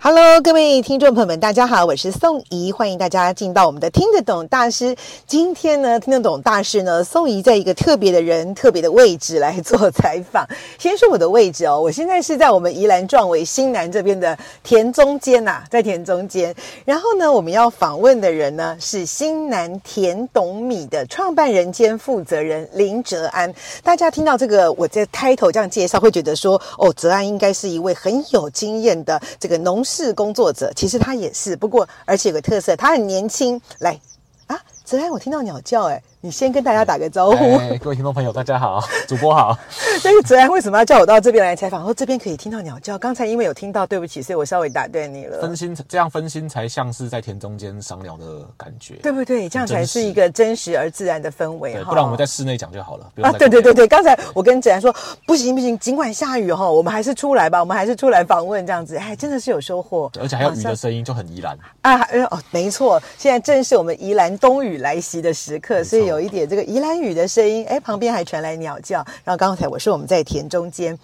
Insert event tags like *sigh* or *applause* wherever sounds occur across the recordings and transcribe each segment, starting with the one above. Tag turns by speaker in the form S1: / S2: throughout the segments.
S1: Hello，各位听众朋友们，大家好，我是宋怡，欢迎大家进到我们的听得懂大师。今天呢，听得懂大师呢，宋怡在一个特别的人、特别的位置来做采访。 *laughs* 先说我的位置哦，我现在是在我们宜兰壮围新南这边的田中间呐、在田中间。然后呢，我们要访问的人呢是新南田董米的创办人兼负责人林哲安。大家听到这个，我在开头这样介绍，会觉得说，哦，哲安应该是一位很有经验的这个农事工作者。其实他也是，不过而且有个特色，他很年轻。来啊，哲安，我听到鸟叫、哎，你先跟大家打个招呼。 *laughs*
S2: 哎，各位听众朋友，大家好， *laughs* 主播好。
S1: 但是哲安为什么要叫我到这边来采访？说哦这边可以听到鸟叫，刚才因为有听到，对不起，所以我稍微打断你了
S2: 分。心这样分心才像是在田中间赏鸟的感觉，
S1: 对不对？这样才是一个真实而自然的氛围
S2: 对
S1: 哈。
S2: 不然我们在室内讲就好了，不用
S1: 啊，
S2: 在
S1: 对对
S2: 公
S1: 对
S2: 园，
S1: 对，刚才我跟子然说，不行不行，尽管下雨哈、我们还是出来吧，我们还是出来访问这样子，哎，真的是有收获，啊
S2: 而且还有
S1: 马
S2: 鱼
S1: 上
S2: 的声音就很宜兰，
S1: 啊，哎哦，没错，现在正是我们宜兰冬雨来袭的时刻，所以有一点这个宜兰雨的声音，哎，旁边还传来鸟叫，然后刚才我说我们在田中间，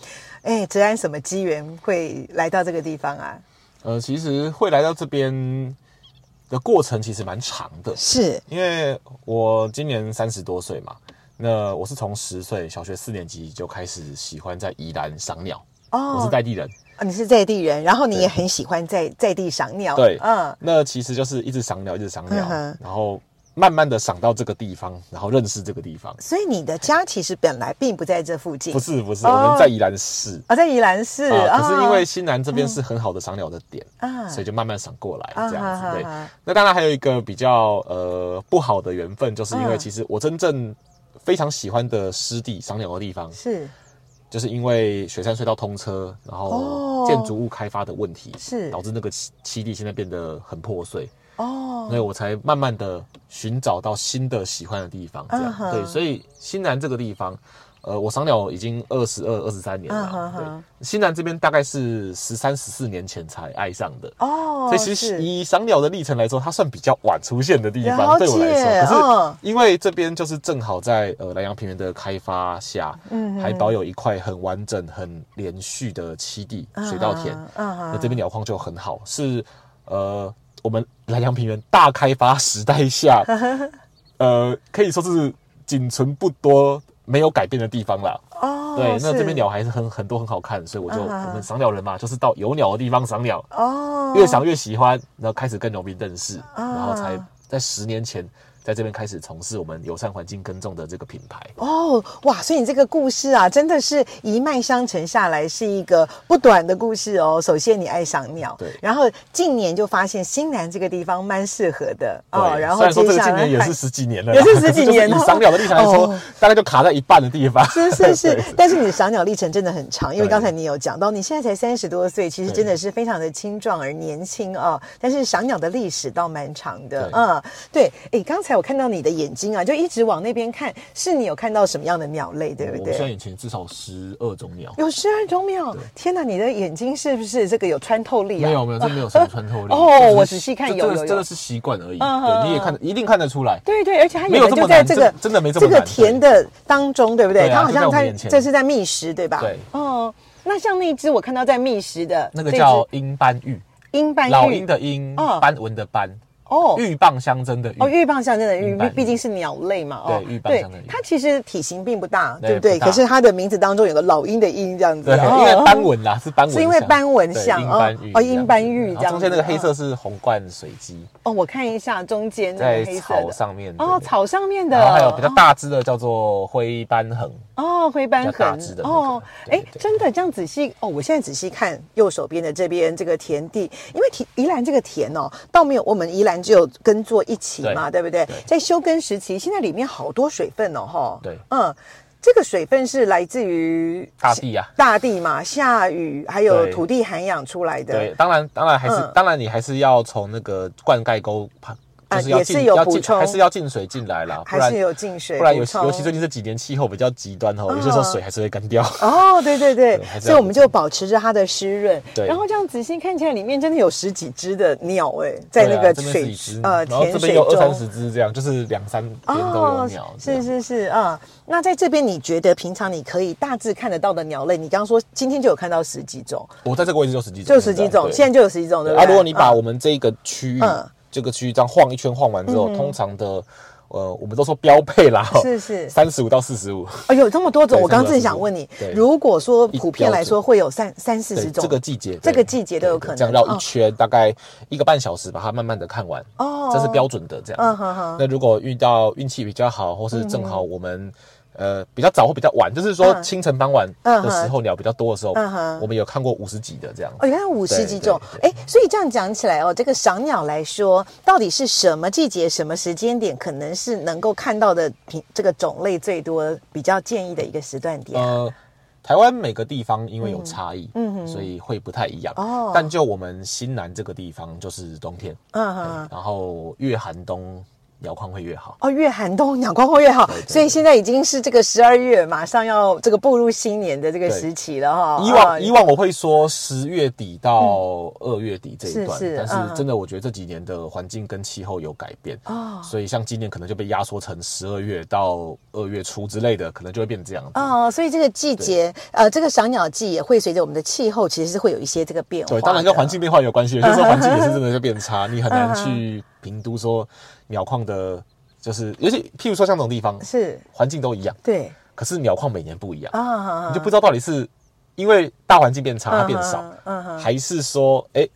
S1: 哎，子安什么机缘会来到这个地方啊？
S2: 呃，其实会来到这边的过程其实蛮长的，
S1: 是
S2: 因为我今年三十多岁嘛，那我是从十岁小学四年级就开始喜欢在宜兰赏鸟，我是
S1: 哦，
S2: 在地人，
S1: 啊你是在地人，然后你
S2: 对
S1: 也很喜欢在在地赏鸟，
S2: 对
S1: 嗯，
S2: 那其实就是一直赏鸟，一直赏鸟，
S1: 嗯哼
S2: 然后慢慢的赏到这个地方，然后认识这个地方。
S1: 所以你的家其实本来并不在这附近，
S2: 不是不是，
S1: 哦
S2: 我们在宜兰市。
S1: 啊，在宜兰市
S2: 啊，可是因为
S1: 啊
S2: 新南这边是很好的赏鸟的点，
S1: 啊
S2: 所以就慢慢赏过来
S1: 啊
S2: 这样
S1: 哈
S2: 子。对
S1: 哈哈，
S2: 那当然还有一个比较呃不好的缘分，就是因为
S1: 嗯
S2: 其实我真正非常喜欢的湿地赏鸟的地方，
S1: 是
S2: 就是因为雪山隧道通车，然
S1: 哦
S2: 后建筑物开发的问题，
S1: 是
S2: 导致那个栖栖地现在变得很破碎，
S1: 哦，
S2: 所以我才慢慢的寻找到新的喜欢的地方。这
S1: 嗯
S2: 样
S1: 哼
S2: 对，所以新南这个地方。呃，我赏鸟已经二十二、二十三年了。
S1: 嗯哼哼
S2: 对，新南这边大概是十三、十四年前才爱上的。
S1: 哦，
S2: 所以其实
S1: 是
S2: 以赏鸟的历程来说，它算比较晚出现的地
S1: 了
S2: 方，对我来
S1: 解
S2: 说。
S1: 嗯
S2: 可是因为这边就是正好在呃南洋平原的开发下，
S1: 嗯哼
S2: 还保有一块很完整、很连续的栖地水稻田，
S1: 嗯哼
S2: 那这边鸟况就很好，是呃我们南洋平原大开发时代
S1: *laughs*
S2: 下，呃可以说是仅存不多没有改变的地方啦。
S1: 哦，
S2: 对，那
S1: 是
S2: 这边鸟还是很很多很好看，所以我就
S1: 嗯哼哼
S2: 我们赏鸟人嘛，就是到有鸟的地方赏鸟，
S1: 哦，
S2: 越想越喜欢，然后开始跟农民认识，
S1: 啊
S2: 然后才在十年前在这边开始从事我们友善环境耕种的这个品牌。
S1: 哦，哇！所以你这个故事啊，真的是一脉相承下来，是一个不短的故事哦。首先，你爱赏鸟，
S2: 对
S1: 然后近年就发现新南这个地方蛮适合的哦。
S2: 对，
S1: 然
S2: 虽
S1: 后
S2: 然说
S1: 接
S2: 这个
S1: 下
S2: 今
S1: 来
S2: 年也
S1: 还
S2: 是十几年了啦，
S1: 也是十几年
S2: *laughs* 可是就
S1: 哦
S2: 是以赏鸟的立场来说
S1: 哦，
S2: 大概就卡在一半的地方。
S1: *laughs* 是是
S2: *laughs*
S1: 是
S2: 对，
S1: 但是你的赏鸟历程真的很长，因为
S2: 对
S1: 刚才你有讲到，你现在才三十多岁，其实真的是非常的青壮而年轻啊、但是赏鸟的历史倒蛮长的，
S2: 对
S1: 嗯，对。哎，刚才我看到你的眼睛啊，就一直往那边看，是你有看到什么样的鸟类，对不
S2: 我们现在
S1: 对？
S2: 眼前至少十二种鸟，
S1: 有十二种鸟，天哪！你的眼睛是不是这个有穿透力啊？
S2: 没有没有，这没有什么穿透力。
S1: 哦
S2: 这只是
S1: 我仔细看
S2: 这
S1: 有
S2: 真的
S1: 有
S2: 真
S1: 有
S2: 的是习惯而已。
S1: 嗯哼
S2: 对，你也看得一定看得出来。
S1: 对对，而且它
S2: 没有
S1: 有的
S2: 这
S1: 就
S2: 么
S1: 在
S2: 难
S1: 这个
S2: 真真的没这
S1: 这
S2: 么
S1: 个
S2: 难
S1: 田的当中，对不对？
S2: 对啊
S1: 它好
S2: 就在
S1: 像
S2: 我们
S1: 在
S2: 眼前
S1: 这是在觅食，对吧？
S2: 对
S1: 哦，那像那只我看到在觅食的
S2: 那个
S1: 这
S2: 叫
S1: 只
S2: 鹰斑玉，
S1: 鹰斑玉，
S2: 老鹰的鹰
S1: 嗯，
S2: 斑纹的斑，
S1: 哦
S2: 鹬蚌相争的
S1: 哦，
S2: 鹬。
S1: 鹬蚌象真的
S2: 鹬蚌
S1: 鹬，毕毕竟是鸟类嘛，哦，
S2: 对鹬蚌象真的鹬
S1: 它其实体型并不大，
S2: 对
S1: 对不对？
S2: 不大
S1: 可是它的名字当中有个老鹰的鹰这样子，
S2: 对，
S1: 哦
S2: 因为斑纹啦，是斑纹像，
S1: 是因为斑纹
S2: 对
S1: 像
S2: 鹰
S1: 哦
S2: 斑玉这
S1: 哦
S2: 样子
S1: 鹰斑玉
S2: 然后
S1: 这样
S2: 中间那个
S1: 子
S2: 黑
S1: 嗯
S2: 色是红冠水鸡，
S1: 哦，我看一下中间那
S2: 在
S1: 个黑色
S2: 草
S1: 的，
S2: 上面的
S1: 哦，草上面的，
S2: 然后还有比较大只的叫做灰斑痕，
S1: 哦，灰斑
S2: 比较大
S1: 痕
S2: 只的那个
S1: 哦，
S2: 对
S1: 哎
S2: 对，对
S1: 真的这样仔细哦，我现在仔细看右手边的这边这个田地，因为田宜兰这个田哦，倒没有我们宜兰只有耕作一期嘛，对不对？
S2: 对
S1: 在休耕时期，现在里面好多水分哦，哈，
S2: 对
S1: 嗯，这个水分是来自于
S2: 大地啊。
S1: 大地嘛，下雨还有
S2: 对
S1: 土地涵养出来的。
S2: 对，当然，当然还是，
S1: 嗯
S2: 当然你还是要从那个灌溉沟旁，
S1: 啊
S2: 就是要
S1: 也
S2: 进、
S1: 是有
S2: 要
S1: 补
S2: 进，
S1: 充
S2: 还是要进水进来啦，不
S1: 还
S2: 然
S1: 是有进水
S2: 不然
S1: 补
S2: 尤其尤其
S1: 充嗯
S2: 最近这几年气候比较极端哦，有些时候水还是会干掉。
S1: 哦，对对对
S2: 对，还是要
S1: 所以我们就保持着它的湿润，
S2: 对
S1: 然后这样仔细看起来，里面真的有十几只的鸟哎、在那
S2: 对啊
S1: 个
S2: 这边是
S1: 水
S2: 已知
S1: 呃
S2: 然后
S1: 甜
S2: 这
S1: 水
S2: 边有二三
S1: 中哦
S2: 十只这样，就是两三边都有鸟这样。
S1: 是是是啊、那在这边你觉得平常你可以大致看得到的鸟类，你刚刚说今天就有看到十几种，
S2: 我在这个位置就十几种，
S1: 就十几种，
S2: 嗯对
S1: 现在就有十几种，对
S2: 对
S1: 不对？
S2: 啊，如果你把
S1: 啊
S2: 我们这个区域、
S1: 嗯
S2: 这个区域这样晃一圈晃完之后，通常的呃，我们都说标配啦，
S1: 是
S2: *laughs*
S1: 是
S2: 三十五到四十五，
S1: 哎呦这么多种，
S2: 对
S1: 我刚刚正
S2: 这么多
S1: 想问你
S2: 对，
S1: 如果说
S2: 一
S1: 普遍
S2: 标准
S1: 来说会有三三四十
S2: 对，
S1: 种，
S2: 这个季节，对
S1: 这个季节都有可能
S2: 这样绕
S1: 哦
S2: 一圈，大概一个半小时，把它慢慢的看完，
S1: 哦
S2: 这是标准的这样。
S1: 嗯哼哼
S2: 那如果遇到运气比较好，或是正好我们。呃，比较早或比较晚，就是说
S1: 嗯
S2: 清晨傍晚
S1: 嗯
S2: 的
S1: 哼
S2: 时候鸟比较多的时候
S1: 嗯哼，
S2: 我们有看过五十几的这样。
S1: 哦，原来五十
S2: 对
S1: 几
S2: 对
S1: 种，
S2: 对
S1: 哎，所以这样讲起来哦，这个赏鸟来说，到底是什么季节、什么时间点，可能是能够看到的品这个种类最多、比较建议的一个时段点？
S2: 呃，台湾每个地方因为有差异，所以会不太一样。
S1: 嗯哦
S2: 但就我们新南这个地方，就是冬天，
S1: 嗯
S2: 对
S1: 哼，
S2: 然后越寒冬鸟况会越好。
S1: 哦，越寒冬鸟光会越好，
S2: 对
S1: 所以现在已经是这个十二月，马上要这个步入新年的这个
S2: 对
S1: 时期了哈、
S2: 以
S1: 哦嗯
S2: 往以往我会说十月底到二月底这一段，
S1: 是是
S2: 但
S1: 嗯
S2: 是真的我觉得这几年的环境跟气候有改变，
S1: 哦
S2: 所以像今年可能就被压缩成十二月到二月初之类的，可能就会变这样子。
S1: 哦，所以这个季节，呃，这个赏鸟季也会随着我们的气候，其实是会有一些这个变化的。
S2: 对，当然跟环境变化有关系，有些时候环境也是真的就变差，你很难去评估说鸟况的，就是尤其譬如说像这种地方，
S1: 是，
S2: 环境都一样，
S1: 对
S2: 可是鸟况每年不一样，
S1: 啊，
S2: 你就不知道到底是因为大环境变差它变少
S1: 嗯哼嗯，哼
S2: 还是说哎、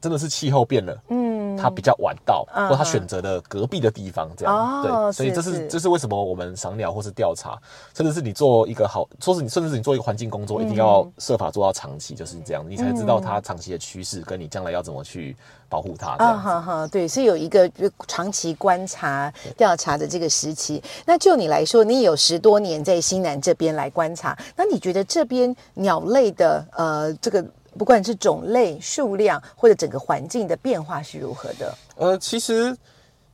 S2: 真的是气候变了，嗯，它比较晚到，
S1: 嗯
S2: 或它选择了隔壁的地方这
S1: 哦
S2: 样，对，所以
S1: 是
S2: 这
S1: 是
S2: 是这是为什么我们赏鸟或是调查，甚至是你做一个好，说是你甚至是你做一个环境工作，一定要设法做到长
S1: 嗯
S2: 期，就是这样，你才知道它长期的趋势，跟你将来要怎么去保护它这
S1: 啊
S2: 样子。
S1: 哈哈，对，所以有一个就长期观察调查的这个时期。那就你来说，你有十多年在新南这边来观察，那你觉得这边鸟类的呃这个不管是种类、数量或者整个环境的变化是如何的？
S2: 呃，其实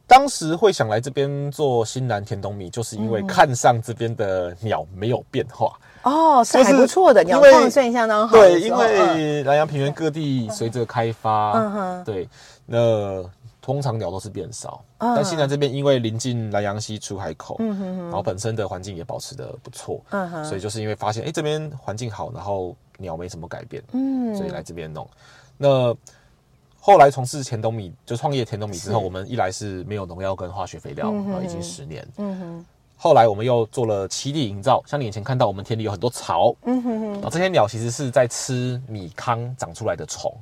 S2: 当时会想来这边做新南田冬米，就是因为
S1: 嗯
S2: 看上这边的鸟没有变化。
S1: 哦，是
S2: 就
S1: 还
S2: 是
S1: 不错的，
S2: 因
S1: 鸟
S2: 为
S1: 况算相当好的
S2: 对，
S1: 时
S2: 因
S1: 候。嗯
S2: 为南洋平原各地随着开发，
S1: 嗯哼
S2: 对，那通常鸟都是变少。
S1: 嗯
S2: 但西南这边因为临近南洋溪出海口，然后本身的环境也保持的不错，
S1: 嗯哼
S2: 所以就是因为发现，哎、这边环境好，然后鸟没什么改变，嗯，所以来这边弄。那后来从事田冬米，就创业田冬米之后，
S1: 是
S2: 我们一来是没有农药跟化学肥料，然后已经十年，嗯哼。后来我们又做了栖地营造，像你以前看到我们田里有很多草，嗯哼哼，这些鸟其实是在吃米糠长出来的虫，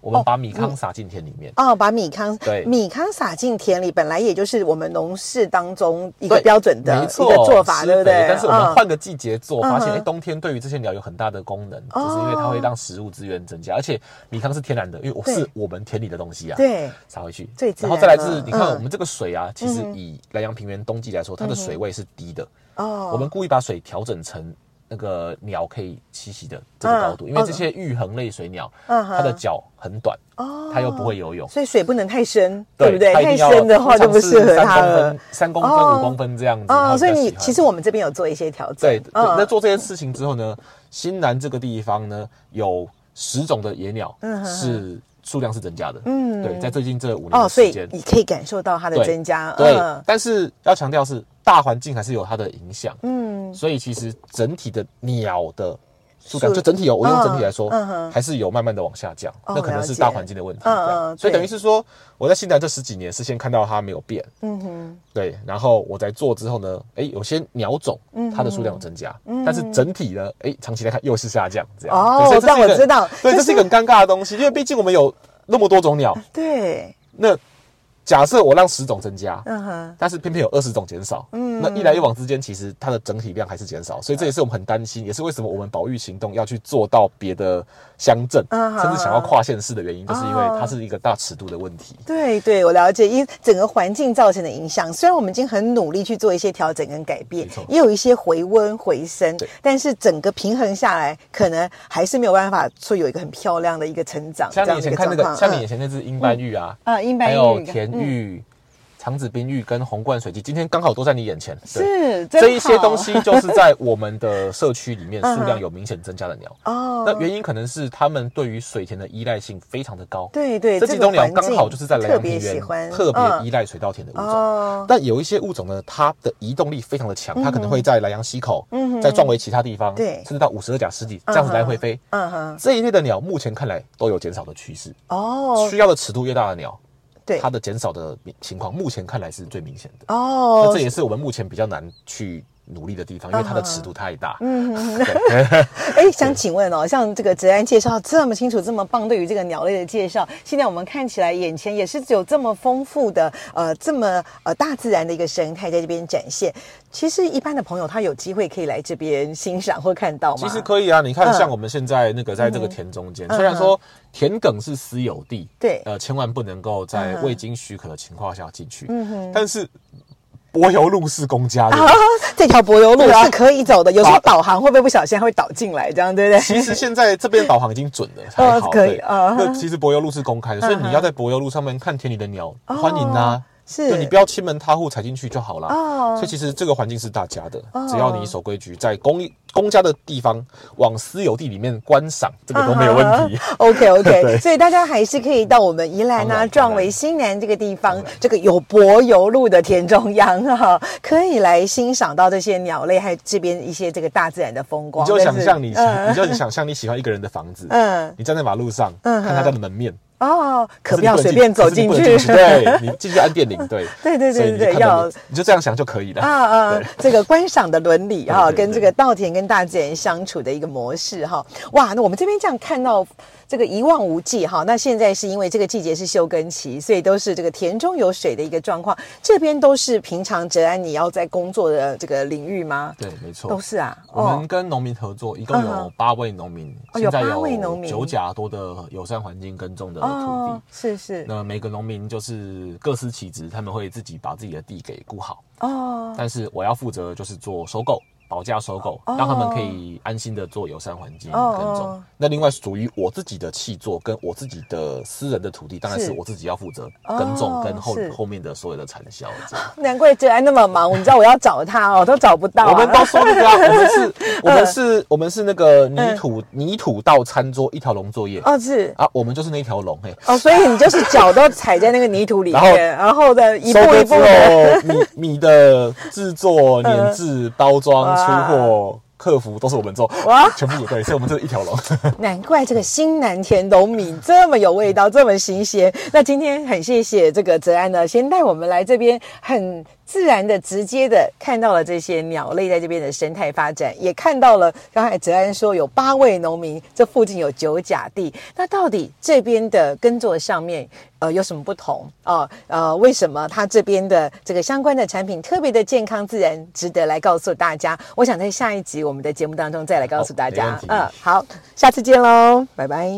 S2: 我们把米糠撒进田里面，
S1: 哦，把米糠
S2: 对
S1: 米糠撒进田里，本来也就是我们农事当中一个
S2: 对
S1: 标准的
S2: 没
S1: 一
S2: 错
S1: 个做法，
S2: 施
S1: 对不
S2: 肥
S1: 对？
S2: 但是我们
S1: 嗯
S2: 换个季节做，发现
S1: 嗯哼哦
S2: 哎，冬天对于这些鸟有很大的功能，就是因为它会让食物资源增加，而且米糠是天然的，因为我
S1: 对
S2: 是我们田里的东西啊。。
S1: 对
S2: 撒回去
S1: 最，自
S2: 然
S1: 然
S2: 后再来
S1: 了
S2: 是，你看
S1: 嗯
S2: 我们这个水啊，其实以南洋平原冬季来说，它的水位是低的。
S1: 哦，
S2: 我们故意把水调整成那个鸟可以栖息的这个高度，
S1: 嗯
S2: 因为这些玉衡类水鸟，
S1: 嗯哼
S2: 它的脚很短，
S1: 哦
S2: 它又不会游泳，
S1: 所以水不能太深，对不对？
S2: 它一
S1: 太
S2: 定要
S1: 深的话就
S2: 通
S1: 不
S2: 常是
S1: 适合
S2: 三
S1: 它
S2: 公
S1: 了
S2: 分。、三公
S1: 哦
S2: 分、五公分这样子。它
S1: 哦，
S2: 比
S1: 所以
S2: 较
S1: 你
S2: 喜欢
S1: 其实我们这边有做一些调整，
S2: 对对，
S1: 嗯
S2: 那做这件事情之后呢，新南这个地方呢有十种的野鸟
S1: 嗯哼哼
S2: 是数量是增加的，嗯，对，在最近这五年
S1: 哦，
S2: 的
S1: 所
S2: 时
S1: 以
S2: 间，
S1: 你可以感受到它的
S2: 对
S1: 增加，
S2: 对
S1: 嗯，
S2: 但是要强调是大环境还是有它的影响，嗯，所以其实整体的鸟的数量
S1: 数
S2: 就整体有，我
S1: 嗯
S2: 用整体来说
S1: 嗯哼，
S2: 还是有慢慢的往下降，
S1: 哦
S2: 那可能
S1: 了
S2: 是
S1: 解
S2: 大环境的问题，
S1: 嗯
S2: 这样
S1: 嗯
S2: 所以等于
S1: 对
S2: 是说我在新南这十几年是先看到它没有变，
S1: 嗯哼，
S2: 对，然后我在做之后呢，哎，有些鸟种
S1: 嗯
S2: 它的数量有增加，但是整体呢，哎，长期来看又是下降，这样。
S1: 哦
S2: 对所以这
S1: 但
S2: 是一个
S1: 我知道
S2: 对，
S1: 就
S2: 这是一个很尴尬的东西，因为毕竟我们有那么多种鸟，
S1: 对，
S2: 那假设我让十种增加，
S1: 嗯哼，
S2: 但是偏偏有二十种减少，嗯，那一来一往之间，其实它的整体量还是减少，所以这也是我们很担心，也是为什么我们保育行动要去做到别的乡镇，
S1: 嗯好
S2: 甚至想要跨县市的原因，就是因为
S1: 哦
S2: 它是一个大尺度的问题。
S1: 对对，我了解，因整个环境造成的影响，虽然我们已经很努力去做一些调整跟改变
S2: 没错，
S1: 也有一些回温回升
S2: 对，
S1: 但是整个平衡下来，可能还是没有办法说有一个很漂亮的一个成长。
S2: 像
S1: 哦这
S2: 你
S1: 样
S2: 以
S1: 的
S2: 前
S1: 一
S2: 看那个，
S1: 状况
S2: 像你以前那只英斑玉啊，
S1: 嗯啊，一
S2: 还
S1: 般
S2: 有
S1: 玉
S2: 田
S1: 嗯
S2: 玉、长子冰玉跟红冠水鸡，今天刚好都在你眼前。对，
S1: 是真
S2: 这一些
S1: 好
S2: 东西就是在我们的社区里面
S1: 嗯哼
S2: 数量有明显增加的鸟。
S1: 哦，
S2: 那原因可能是他们对于水田的依赖性非常的高。
S1: 对对，
S2: 这
S1: 个
S2: 几种鸟
S1: 环
S2: 刚好
S1: 境
S2: 就是在莱
S1: 特
S2: 阳平
S1: 别
S2: 原
S1: 喜欢，
S2: 特别
S1: 嗯
S2: 依赖水稻田的物种。
S1: 哦，嗯
S2: 但有一些物种呢，它的移动力非常的强，它可能会在莱阳溪口，再撞回其他地方，
S1: 对
S2: 甚至到五十二甲湿地这样子来回飞。
S1: 嗯哼，
S2: 这一类的鸟目前看来都有减少的趋势，
S1: 哦，
S2: 需要的尺度越大的鸟，
S1: 对
S2: 它，的减少的情况目前看来是最明显的。那
S1: 哦嗯
S2: 这，也是我们目前比较难去努力的地方，因为它的尺度太大。
S1: 哎，想请问哦，像这个哲安介绍这么清楚、这么棒，对于这个鸟类的介绍，现在我们看起来眼前也是有这么丰富的呃，这么呃大自然的一个生态在这边展现。其实一般的朋友他有机会可以来这边欣赏或看到吗？
S2: 其实可以啊，你看，
S1: 嗯
S2: 像我们现在那个在这个田中间，虽然说田埂是私有地，
S1: 对
S2: 呃，千万不能够在
S1: 嗯哼嗯
S2: 未经许可的情况下进去，但是柏油路是公家的，
S1: 啊， *laughs* 这条柏油路
S2: 对啊
S1: 是可以走的，有时候
S2: 导
S1: 导航会不会不小心它会导进来，这样对不对？
S2: 其实现在这边导航已经准了，还好。
S1: 哦可以嗯
S2: 对
S1: 哦
S2: 那其实柏油路是公开的，所以你要在柏油路上面看田里的鸟，欢迎啊。
S1: 哦是
S2: 就你不要欺门踏户踩进去就好啦。
S1: 哦
S2: 所以其实这个环境是大家的，只要你守规矩，在公公家的地方往私有地里面观赏，这个都没有问
S1: *laughs*
S2: 题。
S1: OK
S2: *laughs* 对
S1: OK，所以大家还是可以到我们宜兰
S2: 当
S1: 啊、
S2: 然
S1: 壮围新南这个地方
S2: 当然，
S1: 这个有柏油路的田中央哈、可以来欣赏到这些鸟类，还有这边一些这个大自然的风光。
S2: 你就想象你，
S1: 但是
S2: 你就想象你喜欢一个人的房子，
S1: 嗯
S2: 你站在马路上
S1: 嗯
S2: 看他家的门面，
S1: 嗯哦，
S2: 是
S1: 可不
S2: 你
S1: 要
S2: 能
S1: 随便走
S2: 进
S1: 进
S2: 可是你
S1: 去
S2: 不能。对你进去按电铃，对
S1: *laughs* 对对对
S2: 所以你就
S1: 对
S2: 看到
S1: 要
S2: 你你就这样想就可以了。
S1: 啊
S2: *laughs*
S1: 啊，这个观赏的伦理哈、
S2: 对对对
S1: 跟这个稻田跟大自然相处的一个模式哈、哇，那我们这边这样看到这个一望无际哈、那现在是因为这个季节是休耕期，所以都是这个田中有水的一个状况。这边都是平常哲安你要在工作的这个领域吗？
S2: 对，没错，
S1: 都是啊，
S2: 哦我们跟农民合作，一共
S1: 嗯
S2: 有
S1: 哼
S2: 八位农民，
S1: 哦
S2: 现
S1: 有
S2: 在
S1: 八位农民
S2: 九甲多的友善环境耕种的土地。
S1: 哦，是是
S2: 那每个农民就是各司其职，他们会自己把自己的地给顾好，
S1: 哦。
S2: 但是我要负责就是做收购。保价收购，让他们可以安心的做友善环境
S1: 哦
S2: 耕种。
S1: 哦
S2: 那另外属于我自己的契作跟我自己的私人的土地，当然
S1: 是
S2: 是我自己要负责耕种
S1: 哦
S2: 跟后
S1: 是
S2: 后面的所有的产销。这样
S1: 难怪哲安那么忙，你知道我要找他哦，都找不到、啊。
S2: 我们到时候那个啊、我们是，
S1: *laughs*
S2: 我们是，我们是那个泥土泥土到餐桌一条龙作业
S1: 嗯哦是
S2: 啊，我们就是那一条龙嘿。
S1: 哦，所以你就是脚都踩在那个泥土
S2: *laughs*
S1: 里
S2: 然后
S1: 面，然后呢一步
S2: 收
S1: 一
S2: 割之
S1: 步的。嗯
S2: 后，米米的制
S1: *laughs*
S2: 作、碾制、包装、出
S1: 哇
S2: 货、客服都是我们做
S1: 哇，
S2: 全部对，所以我们就是一条龙。
S1: *laughs* 难怪这个新南田农米这么有味道，
S2: 嗯
S1: 这么新鲜。那今天很谢谢这个泽安呢，先带我们来这边，很自然的、直接的看到了这些鸟类在这边的生态发展，也看到了刚才泽安说有八位农民，这附近有九甲地。那到底这边的耕作上面，呃，有什么不同啊、呃，为什么它这边的这个相关的产品特别的健康自然，值得来告诉大家？我想在下一集我们的节目当中再来告诉大家。
S2: 好没问题
S1: 嗯。好，下次见喽，拜拜。